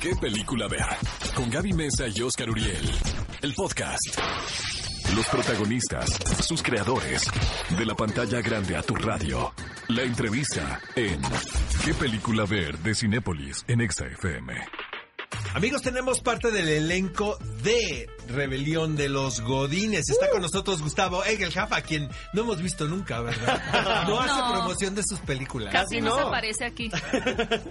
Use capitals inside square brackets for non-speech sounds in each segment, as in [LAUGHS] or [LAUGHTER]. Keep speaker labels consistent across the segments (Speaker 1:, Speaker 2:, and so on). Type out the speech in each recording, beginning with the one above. Speaker 1: ¿Qué película ver? Con Gaby Mesa y Oscar Uriel. El podcast. Los protagonistas, sus creadores. De la pantalla grande a tu radio. La entrevista en ¿Qué película ver? de Cinépolis en Exa FM.
Speaker 2: Amigos, tenemos parte del elenco de Rebelión de los Godines.
Speaker 3: Uh.
Speaker 2: Está con nosotros Gustavo Egelhaf, a quien no hemos visto nunca, ¿verdad?
Speaker 3: [LAUGHS]
Speaker 2: No hace
Speaker 3: No.
Speaker 2: promoción de sus películas.
Speaker 3: Casi no. se
Speaker 4: no.
Speaker 3: aparece [LAUGHS] aquí.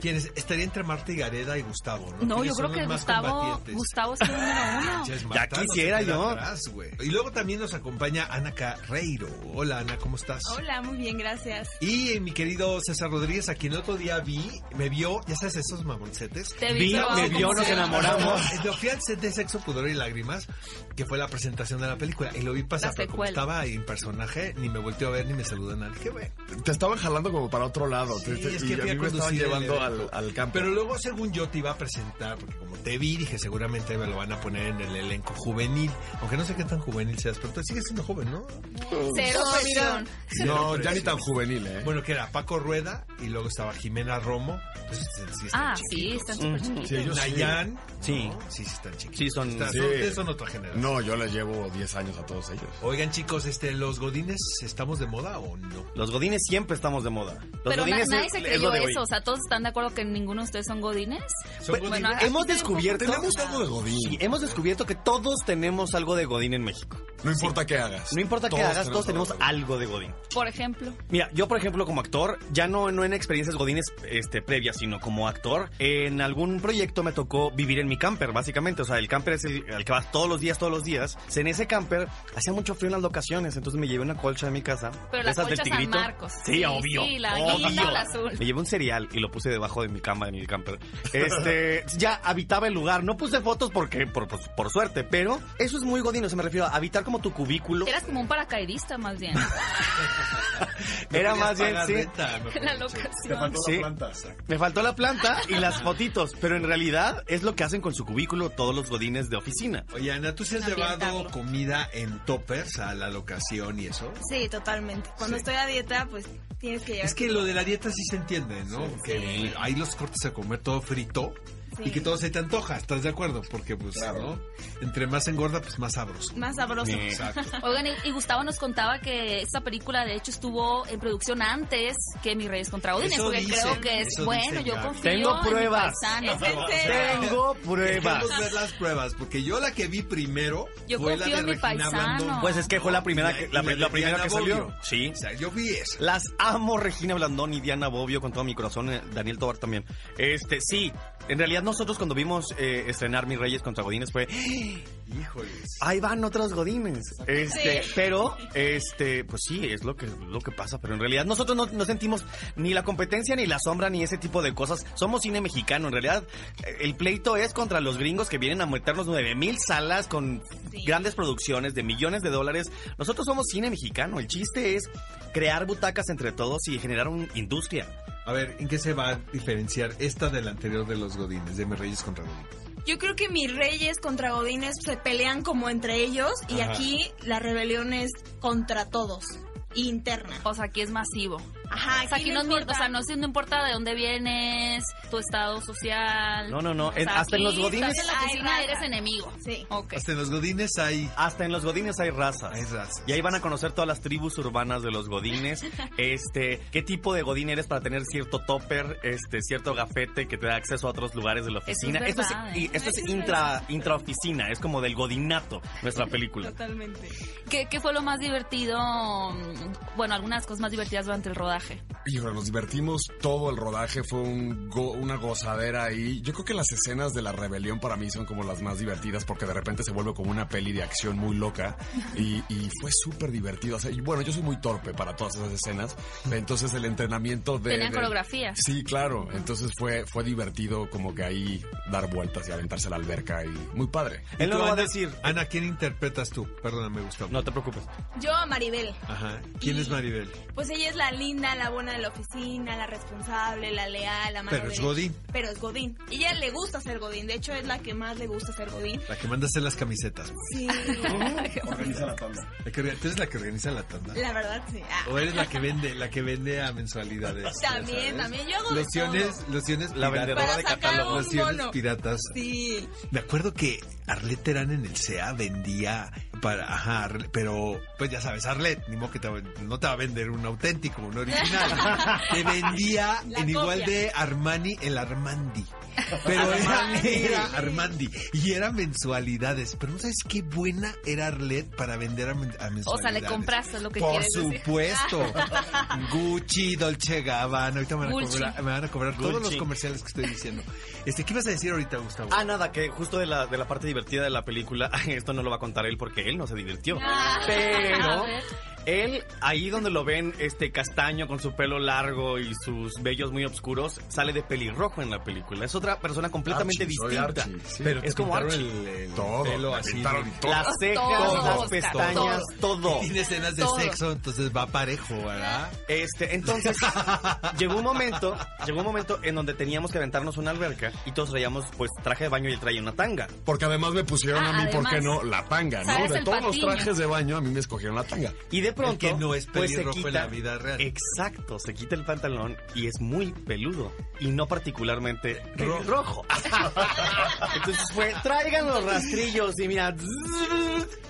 Speaker 2: ¿Quién es? Estaría entre Marta y Gareda y Gustavo, ¿no?
Speaker 3: No, yo
Speaker 2: Ellos
Speaker 3: creo
Speaker 2: son
Speaker 3: que
Speaker 2: los más
Speaker 3: Gustavo,
Speaker 2: combatientes.
Speaker 3: Gustavo es el número uno.
Speaker 2: [LAUGHS] Ya, es
Speaker 4: Ya
Speaker 2: no se
Speaker 4: quisiera
Speaker 2: queda
Speaker 4: yo.
Speaker 2: atrás, güey. y luego también nos acompaña Ana Carreiro. Hola, Ana, ¿cómo estás?
Speaker 5: Hola, muy bien, gracias.
Speaker 2: Y eh, mi querido César Rodríguez, a quien el otro día vi, me vio, ya sabes, esos mamoncetes.
Speaker 3: Te
Speaker 4: Vi,
Speaker 3: pero
Speaker 4: me vio,
Speaker 3: como
Speaker 4: nos
Speaker 3: sea.
Speaker 2: [LAUGHS]
Speaker 4: enamoramos.
Speaker 2: Lo fui al set de Sexo, Pudor y Lágrimas, que fue la presentación de la película, y lo vi pasar,
Speaker 3: La
Speaker 2: pero como
Speaker 3: secuela.
Speaker 2: estaba ahí en personaje, ni me volteó a ver, ni me saludó nadie. Qué bueno.
Speaker 6: Te estaban jalando como para otro lado.
Speaker 2: Sí,
Speaker 6: te- te-
Speaker 2: es
Speaker 6: y
Speaker 2: que
Speaker 6: a
Speaker 2: fui a
Speaker 6: mí me estaban
Speaker 2: conducir el
Speaker 6: llevando al,
Speaker 2: evento.
Speaker 6: al campo.
Speaker 2: Pero luego, según yo, te iba a presentar, porque como te vi, dije, seguramente me lo van a poner en el elenco juvenil, aunque no sé qué tan juvenil seas, pero tú sigues siendo joven, ¿no?
Speaker 3: Cero presión.
Speaker 6: no, ya ni tan juvenil, ¿eh?
Speaker 2: Bueno, que era Paco Rueda, y luego estaba Jimena Romo, entonces sí están
Speaker 3: Ah,
Speaker 2: chiquitos.
Speaker 3: sí, están súper chiquitos.
Speaker 6: Sí, ellos sí.
Speaker 2: Nayan,
Speaker 4: Sí.
Speaker 2: ¿no? sí, sí están chiquitos.
Speaker 4: Sí, son-
Speaker 2: Están-
Speaker 6: sí.
Speaker 2: son- ustedes son otra generación.
Speaker 6: No, yo les llevo 10 años a todos ellos.
Speaker 2: Oigan, chicos, este, ¿los godines estamos de moda o no?
Speaker 4: Los godines siempre estamos de moda. Los
Speaker 3: Pero na-
Speaker 4: godines
Speaker 3: nadie
Speaker 4: es-
Speaker 3: se
Speaker 4: es
Speaker 3: creyó
Speaker 4: lo de hoy.
Speaker 3: eso. O sea, todos están de acuerdo que ninguno de ustedes son godines.
Speaker 4: Pues,
Speaker 2: Son
Speaker 3: Bueno,
Speaker 2: godines.
Speaker 3: ah,
Speaker 4: Hemos
Speaker 3: sí,
Speaker 4: descubierto...
Speaker 3: un poco-
Speaker 6: Godín.
Speaker 4: Sí, hemos descubierto que todos tenemos algo de godín en México.
Speaker 6: No importa qué hagas.
Speaker 4: No importa qué hagas, todos tenemos
Speaker 6: algo.
Speaker 4: algo de godín.
Speaker 3: Por ejemplo.
Speaker 4: Mira, yo por ejemplo como actor, ya no, no en experiencias godines este, previas, sino como actor, en algún proyecto me tocó vivir en mi camper, básicamente. O sea, el camper es el, al que vas todos los días, todos los días. Pues, En ese camper hacía mucho frío en las locaciones, entonces me llevé una colcha de mi casa.
Speaker 3: Pero
Speaker 4: de
Speaker 3: la
Speaker 4: esas
Speaker 3: colcha
Speaker 4: del
Speaker 3: San
Speaker 4: tigrito.
Speaker 3: Marcos.
Speaker 4: Sí, obvio.
Speaker 3: Sí, la
Speaker 4: obvio.
Speaker 3: guinda o la azul.
Speaker 4: Me llevé un cereal y lo puse debajo de mi cama, de mi camper. Este, [LAUGHS] ya habitaba el lugar. No puse fotos porque, por, por- por suerte, pero eso es muy godino. Se me refiero a habitar como tu cubículo.
Speaker 3: Eras como un paracaidista más bien. [LAUGHS]
Speaker 2: No
Speaker 4: Era
Speaker 2: querías
Speaker 4: más bien,
Speaker 2: pagar
Speaker 4: sí.
Speaker 2: renta, me
Speaker 3: la
Speaker 2: parece.
Speaker 3: locación.
Speaker 4: Sí. Me faltó la planta y las fotitos, pero en realidad es lo que hacen con su cubículo todos los godines de oficina.
Speaker 2: Oye, Ana, ¿tú sí has llevado
Speaker 5: Ambientarlo.
Speaker 2: comida en toppers a la locación y eso?
Speaker 5: Sí, totalmente. Cuando
Speaker 2: Sí.
Speaker 5: estoy a dieta, pues tienes que llevar.
Speaker 2: Es que lo de la dieta sí se entiende, ¿no? que hay los cortes a comer todo frito
Speaker 5: Sí.
Speaker 2: y que todo se te antoja, ¿estás de acuerdo? Porque, pues, ¿no? Entre más engorda, pues más sabroso.
Speaker 5: Más sabroso. [LAUGHS]
Speaker 2: Exacto.
Speaker 3: Oigan, y- y Gustavo nos contaba que esta película de hecho estuvo en producción antes que Mis Reyes contra Godines,
Speaker 2: Eso
Speaker 3: porque
Speaker 2: dicen,
Speaker 3: creo que es
Speaker 2: eso
Speaker 3: bueno,
Speaker 2: dicen,
Speaker 3: yo
Speaker 2: Gaby.
Speaker 3: confío en
Speaker 4: Tengo
Speaker 3: mi
Speaker 4: pruebas.
Speaker 3: paisano.
Speaker 5: Es en serio.
Speaker 4: Tengo pruebas.
Speaker 2: Queremos ver las pruebas, porque yo la que vi primero
Speaker 3: Yo
Speaker 2: fue la
Speaker 3: confío
Speaker 2: de
Speaker 3: en mi
Speaker 2: Regina
Speaker 3: paisano.
Speaker 2: Blandón.
Speaker 4: Pues es que fue la primera
Speaker 2: Y
Speaker 4: que,
Speaker 2: y
Speaker 4: la, pri- la
Speaker 2: de
Speaker 4: primera
Speaker 2: Diana
Speaker 4: que salió.
Speaker 2: Bobbio.
Speaker 4: Sí.
Speaker 2: O sea, yo vi esa.
Speaker 4: Las amo Regina Blandón y Diana Bobbio con todo mi corazón, eh, Daniel Tobar también. Este, sí, en realidad nosotros cuando vimos eh, estrenar Mis Reyes contra Godines fue,
Speaker 2: Híjoles.
Speaker 4: ahí van otros godines. Este,
Speaker 5: Sí.
Speaker 4: pero, este, pues sí, es lo que, lo que pasa. Pero en realidad nosotros no, no sentimos ni la competencia, ni la sombra, ni ese tipo de cosas. Somos cine mexicano. En realidad, eh, el pleito es contra los gringos que vienen a meternos nueve mil salas con
Speaker 5: Sí.
Speaker 4: grandes producciones de millones de dólares. Nosotros somos cine mexicano. El chiste es crear butacas entre todos y generar una industria.
Speaker 2: A ver, ¿en qué se va a diferenciar esta de la anterior de los Godines, de Mis Reyes contra Godines?
Speaker 5: Yo creo que mis reyes contra godines se pelean como entre ellos y
Speaker 2: Ajá.
Speaker 5: aquí la rebelión es contra todos, interna.
Speaker 3: O sea, aquí es masivo.
Speaker 5: Ajá,
Speaker 3: O sea, aquí no, es
Speaker 5: importa.
Speaker 3: o sea, no, sí, no importa de dónde vienes, tu estado social.
Speaker 4: No, no, no.
Speaker 3: O sea,
Speaker 4: En- hasta en
Speaker 3: aquí
Speaker 4: los godines.
Speaker 3: Estás en la
Speaker 5: Ay,
Speaker 3: oficina,
Speaker 5: raza.
Speaker 3: eres enemigo.
Speaker 5: Sí.
Speaker 3: Ok.
Speaker 2: Hasta en los Godines hay...
Speaker 4: Hasta en los godines hay razas.
Speaker 2: hay razas.
Speaker 4: Y ahí van a conocer todas las tribus urbanas de
Speaker 3: [LAUGHS]
Speaker 4: los godines. Este, qué tipo de godín eres para tener cierto topper, este, cierto gafete que te da acceso a otros lugares de la
Speaker 3: Eso es
Speaker 4: oficina.
Speaker 3: verdad,
Speaker 4: esto es, y
Speaker 3: ¿eh?
Speaker 4: esto es
Speaker 5: Eso es
Speaker 4: intra, intraoficina, es como del godinato, nuestra película.
Speaker 5: Totalmente.
Speaker 3: ¿Qué, qué fue lo más divertido? mm, Bueno, algunas cosas más divertidas durante el rodaje.
Speaker 6: Híjole, nos divertimos todo el rodaje, fue un go- una gozadera ahí. Yo creo que las escenas de la rebelión para mí son como las más divertidas porque de repente se vuelve como una peli de acción muy
Speaker 2: [LAUGHS]
Speaker 6: loca y, y fue súper divertido. O sea, y bueno, yo soy muy torpe para todas esas escenas, entonces el entrenamiento de...
Speaker 3: Tenían
Speaker 6: de-
Speaker 3: coreografías.
Speaker 6: Sí, claro, entonces fue, fue divertido como que ahí dar vueltas y aventarse a la alberca y muy padre.
Speaker 4: Él no
Speaker 2: ¿Tú,
Speaker 4: lo va a
Speaker 2: Ana?
Speaker 4: decir.
Speaker 2: Ana, ¿quién interpretas tú? Perdóname, Gustavo.
Speaker 4: No te preocupes.
Speaker 5: Yo a Maribel.
Speaker 2: Ajá. ¿Quién
Speaker 5: Y-
Speaker 2: es Maribel?
Speaker 5: Pues ella es la linda oficina, la buena de la oficina, la responsable, la leal, la mano
Speaker 2: Pero es
Speaker 5: derecha.
Speaker 2: Godín.
Speaker 5: Pero es Godín. Y ella le gusta ser Godín. De hecho, es la que más le gusta ser Godín.
Speaker 2: La que manda hacer las camisetas. [LAUGHS]
Speaker 5: Sí.
Speaker 6: Organiza la tabla.
Speaker 2: La que, ¿Tú eres la que organiza la tanda?
Speaker 5: la verdad, sí. Ah,
Speaker 2: ¿O eres la que vende, la que vende a mensualidades?
Speaker 5: También, también. Yo hago de
Speaker 2: Lociones, lociones
Speaker 4: La
Speaker 2: piratas.
Speaker 4: vendedora
Speaker 5: para
Speaker 4: de
Speaker 5: sacar
Speaker 4: catálogo.
Speaker 5: un
Speaker 2: Lociones
Speaker 5: bono.
Speaker 2: piratas.
Speaker 5: Sí.
Speaker 2: Me acuerdo que Arlet Terán en el SEA vendía para, ajá, Arlet- pero pues ya sabes, Arlet, ni modo que te va- no te va a vender un auténtico, un
Speaker 3: [LAUGHS]
Speaker 2: original. te vendía
Speaker 5: La
Speaker 2: en igual
Speaker 5: copia.
Speaker 2: de Armani, el Armandi. Pero era, era Armandi y era mensualidades. Pero no sabes qué buena era Arlet para vender a, men- a mensualidades.
Speaker 3: O sea, le compraste lo que
Speaker 2: Por
Speaker 3: quieres decir.
Speaker 2: supuesto.
Speaker 3: [LAUGHS]
Speaker 2: Gucci, Dolce Gabbana. Ahorita me van a
Speaker 3: Gucci.
Speaker 2: cobrar, me van a cobrar todos
Speaker 4: Gucci.
Speaker 2: los comerciales que estoy diciendo. Este, ¿qué ibas a decir ahorita, Gustavo?
Speaker 4: Ah, nada, que justo de la, de la parte divertida de la película, [LAUGHS] esto no lo va a contar él porque él no se divirtió.
Speaker 3: Ah. A
Speaker 4: Pero
Speaker 3: ver.
Speaker 4: él, ahí donde lo ven, este castaño con su pelo largo y sus vellos muy oscuros, sale de pelirrojo en la película. Es otra persona completamente
Speaker 6: Archie, soy
Speaker 4: distinta.
Speaker 6: Archie, sí.
Speaker 4: Pero es como
Speaker 2: pintaron
Speaker 4: Archie.
Speaker 2: el- el
Speaker 6: Todo,
Speaker 2: pelo
Speaker 6: me
Speaker 2: así.
Speaker 6: pintaron todo.
Speaker 4: Las cejas,
Speaker 3: Todo,
Speaker 4: las
Speaker 3: Oscar,
Speaker 4: pestañas,
Speaker 2: [LAUGHS]
Speaker 4: todo.
Speaker 2: Tiene escenas de
Speaker 3: Todo.
Speaker 2: sexo, entonces va parejo, ¿verdad? [LAUGHS]
Speaker 4: Este, entonces, llegó un momento, llegó un momento en donde teníamos que aventarnos una alberca y todos traíamos pues traje de baño y él traía una tanga.
Speaker 6: Porque además me pusieron
Speaker 3: Ah,
Speaker 6: a mí, ¿por qué
Speaker 3: además.
Speaker 6: no? La tanga, ¿no?
Speaker 3: Sabes
Speaker 6: De
Speaker 3: el
Speaker 6: todos
Speaker 3: patiño.
Speaker 6: los trajes de baño, a mí me escogieron la tanga.
Speaker 4: Y de pronto,
Speaker 2: que no es
Speaker 4: pues se
Speaker 2: pelirrojo en
Speaker 4: quita,
Speaker 2: la vida real.
Speaker 4: Eh. Exacto, se quita el pantalón y es muy peludo y no particularmente
Speaker 2: Ro-
Speaker 4: rojo. [LAUGHS] Entonces fue, traigan los rastrillos y mira,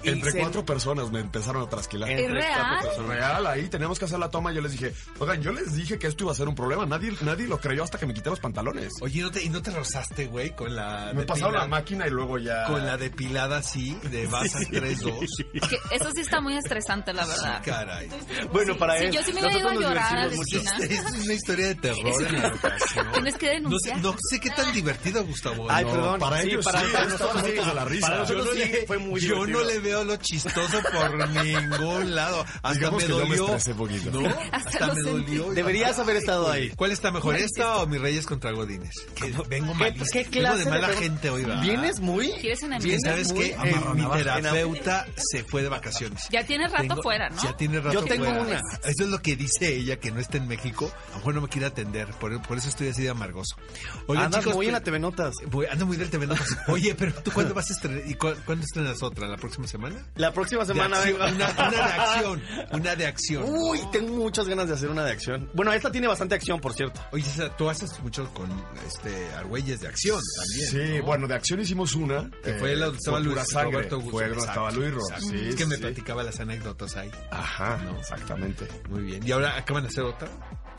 Speaker 4: y
Speaker 6: Entre
Speaker 4: se-
Speaker 6: cuatro personas me empezaron a trasquilar.
Speaker 2: Eh.
Speaker 4: entre
Speaker 3: ¿Es real?
Speaker 4: cuatro
Speaker 6: Pues,
Speaker 4: personas.
Speaker 6: Real, ahí tenemos que hacer la toma. Yo les dije, oigan, yo les dije que esto iba a ser un problema. Nadie, nadie lo creyó hasta que me quité los pantalones.
Speaker 2: Oye, ¿no te, ¿y no te rozaste, güey, con la
Speaker 6: me
Speaker 2: depila-
Speaker 6: pasaron la máquina y luego ya.
Speaker 2: Con la depilada así,
Speaker 4: [LAUGHS]
Speaker 2: de Baza 3-2.
Speaker 3: Que eso sí está muy estresante, la
Speaker 2: Sí,
Speaker 3: verdad.
Speaker 2: Ah, caray.
Speaker 4: Bueno, para
Speaker 3: Sí,
Speaker 4: él,
Speaker 3: yo sí me hubiera
Speaker 4: nosotros
Speaker 3: ido a
Speaker 4: nos
Speaker 3: llorar a la
Speaker 4: divertimos
Speaker 3: esquina.
Speaker 2: Es, es una historia de terror en la ocasión.
Speaker 3: Tienes que
Speaker 2: No sé,
Speaker 3: denunciar.
Speaker 2: no sé qué tan divertido, Gustavo.
Speaker 4: Ay,
Speaker 2: No,
Speaker 4: perdón.
Speaker 6: para
Speaker 4: sí,
Speaker 6: ellos
Speaker 4: para,
Speaker 6: sí,
Speaker 4: para
Speaker 6: estaban
Speaker 4: nosotros sí.
Speaker 6: muertos de la risa.
Speaker 4: Para
Speaker 2: Yo,
Speaker 4: nosotros
Speaker 2: no
Speaker 4: sí,
Speaker 2: le,
Speaker 4: fue muy
Speaker 2: yo no
Speaker 4: divertido.
Speaker 2: le veo lo chistoso
Speaker 4: [LAUGHS]
Speaker 2: por ningún lado. Hasta
Speaker 6: Digamos
Speaker 2: me
Speaker 6: que yo me
Speaker 2: dolió.
Speaker 6: estresé poquito.
Speaker 2: ¿No? Hasta,
Speaker 3: lo
Speaker 2: me
Speaker 3: sentí.
Speaker 2: dolió.
Speaker 4: Deberías haber estado ahí.
Speaker 2: ¿Cuál está mejor, esta o mis reyes contra Godines? Que vengo
Speaker 4: ¿Qué-
Speaker 2: malísimo.
Speaker 4: qué
Speaker 2: Vengo
Speaker 4: clase
Speaker 2: de
Speaker 4: de
Speaker 2: mala
Speaker 4: pregunta?
Speaker 2: gente hoy, ¿verdad?
Speaker 4: ¿Vienes muy?
Speaker 3: ¿Quieres un
Speaker 2: Que
Speaker 3: enemigo?
Speaker 2: ¿Sabes
Speaker 4: muy
Speaker 2: qué? Eh, Mi
Speaker 4: amarranavajas.
Speaker 2: terapeuta se fue de vacaciones.
Speaker 3: Ya tienes rato
Speaker 2: Tengo-
Speaker 3: fuera, ¿no? Pues,
Speaker 2: Ya tiene rato
Speaker 4: Yo tengo
Speaker 2: fuera.
Speaker 4: una.
Speaker 2: Eso es lo que dice ella, que no está en México. A lo mejor no me quiere atender, por, por eso estoy así de amargoso. Oigan,
Speaker 4: Andas
Speaker 2: chicos,
Speaker 4: muy en la
Speaker 2: pe-
Speaker 4: TV Notas.
Speaker 2: voy- ando muy del TV Notas.
Speaker 6: [LAUGHS]
Speaker 2: Oye, pero ¿tú cuándo vas a estrenar? ¿Y cu- cuándo estrenas otra? ¿La próxima semana?
Speaker 4: La próxima
Speaker 2: De
Speaker 4: semana
Speaker 2: acción,
Speaker 4: vengo.
Speaker 2: una, una de acción. Una de acción.
Speaker 4: [LAUGHS] Uy, tengo muchas ganas de hacer una de acción. Bueno, esta tiene bastante acción, por cierto.
Speaker 2: Oye, César, tú haces mucho con este Argüelles de acción también.
Speaker 6: Sí,
Speaker 2: ¿no?
Speaker 6: bueno, de acción hicimos una.
Speaker 2: Que
Speaker 6: eh,
Speaker 2: fue el donde estaba
Speaker 6: con
Speaker 2: Luis
Speaker 6: pura sangre.
Speaker 2: Roberto Guzmán.
Speaker 6: Fue el donde estaba
Speaker 2: Exacto,
Speaker 6: Luis Roberto.
Speaker 2: exacto.
Speaker 6: Sí,
Speaker 2: es que me
Speaker 6: sí.
Speaker 2: platicaba las anécdotas ahí.
Speaker 6: Ajá,
Speaker 2: No.
Speaker 6: exactamente.
Speaker 2: Muy bien. ¿Y ahora acaban de hacer otra?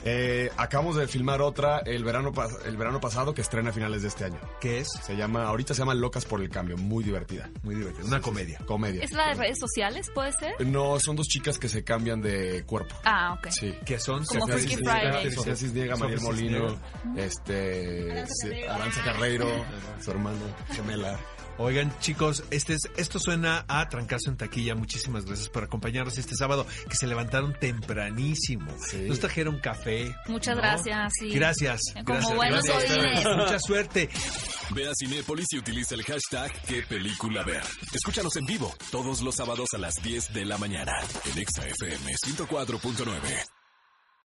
Speaker 6: Eh, acabamos de filmar otra el verano, pas- el verano pasado que estrena a finales de este año.
Speaker 2: ¿Qué es?
Speaker 6: Se llama, ahorita se llama Locas por el Cambio, muy divertida.
Speaker 2: Muy divertido. Una comedia.
Speaker 6: Comedia.
Speaker 3: ¿Es la de redes sociales, puede ser?
Speaker 6: No, son dos chicas que se cambian de cuerpo.
Speaker 3: Ah, ok.
Speaker 6: Sí.
Speaker 2: Que son
Speaker 3: Como
Speaker 2: Sofía
Speaker 3: Freaky
Speaker 2: Cisniega,
Speaker 3: Friday.
Speaker 2: Sofía
Speaker 6: Sofía Cisniega, Mariel
Speaker 2: Sofía Cisniega.
Speaker 6: Molino, este,
Speaker 5: Aranza
Speaker 6: sí,
Speaker 5: Carreiro.
Speaker 6: Aranza Carreiro, su hermana gemela.
Speaker 2: Oigan, chicos, este es, esto suena a trancazo en taquilla. Muchísimas gracias por acompañarnos este sábado, que se levantaron tempranísimo.
Speaker 6: Sí.
Speaker 2: Nos trajeron café.
Speaker 3: Muchas
Speaker 2: ¿no?
Speaker 3: gracias. sí.
Speaker 2: Gracias.
Speaker 3: Como
Speaker 2: gracias.
Speaker 3: buenos
Speaker 2: Gracias.
Speaker 3: godines.
Speaker 2: Mucha suerte.
Speaker 1: Ve a Cinépolis y utiliza el hashtag qué película ver. Escúchanos en vivo todos los sábados a las 10 de la mañana en Exa FM 104.9.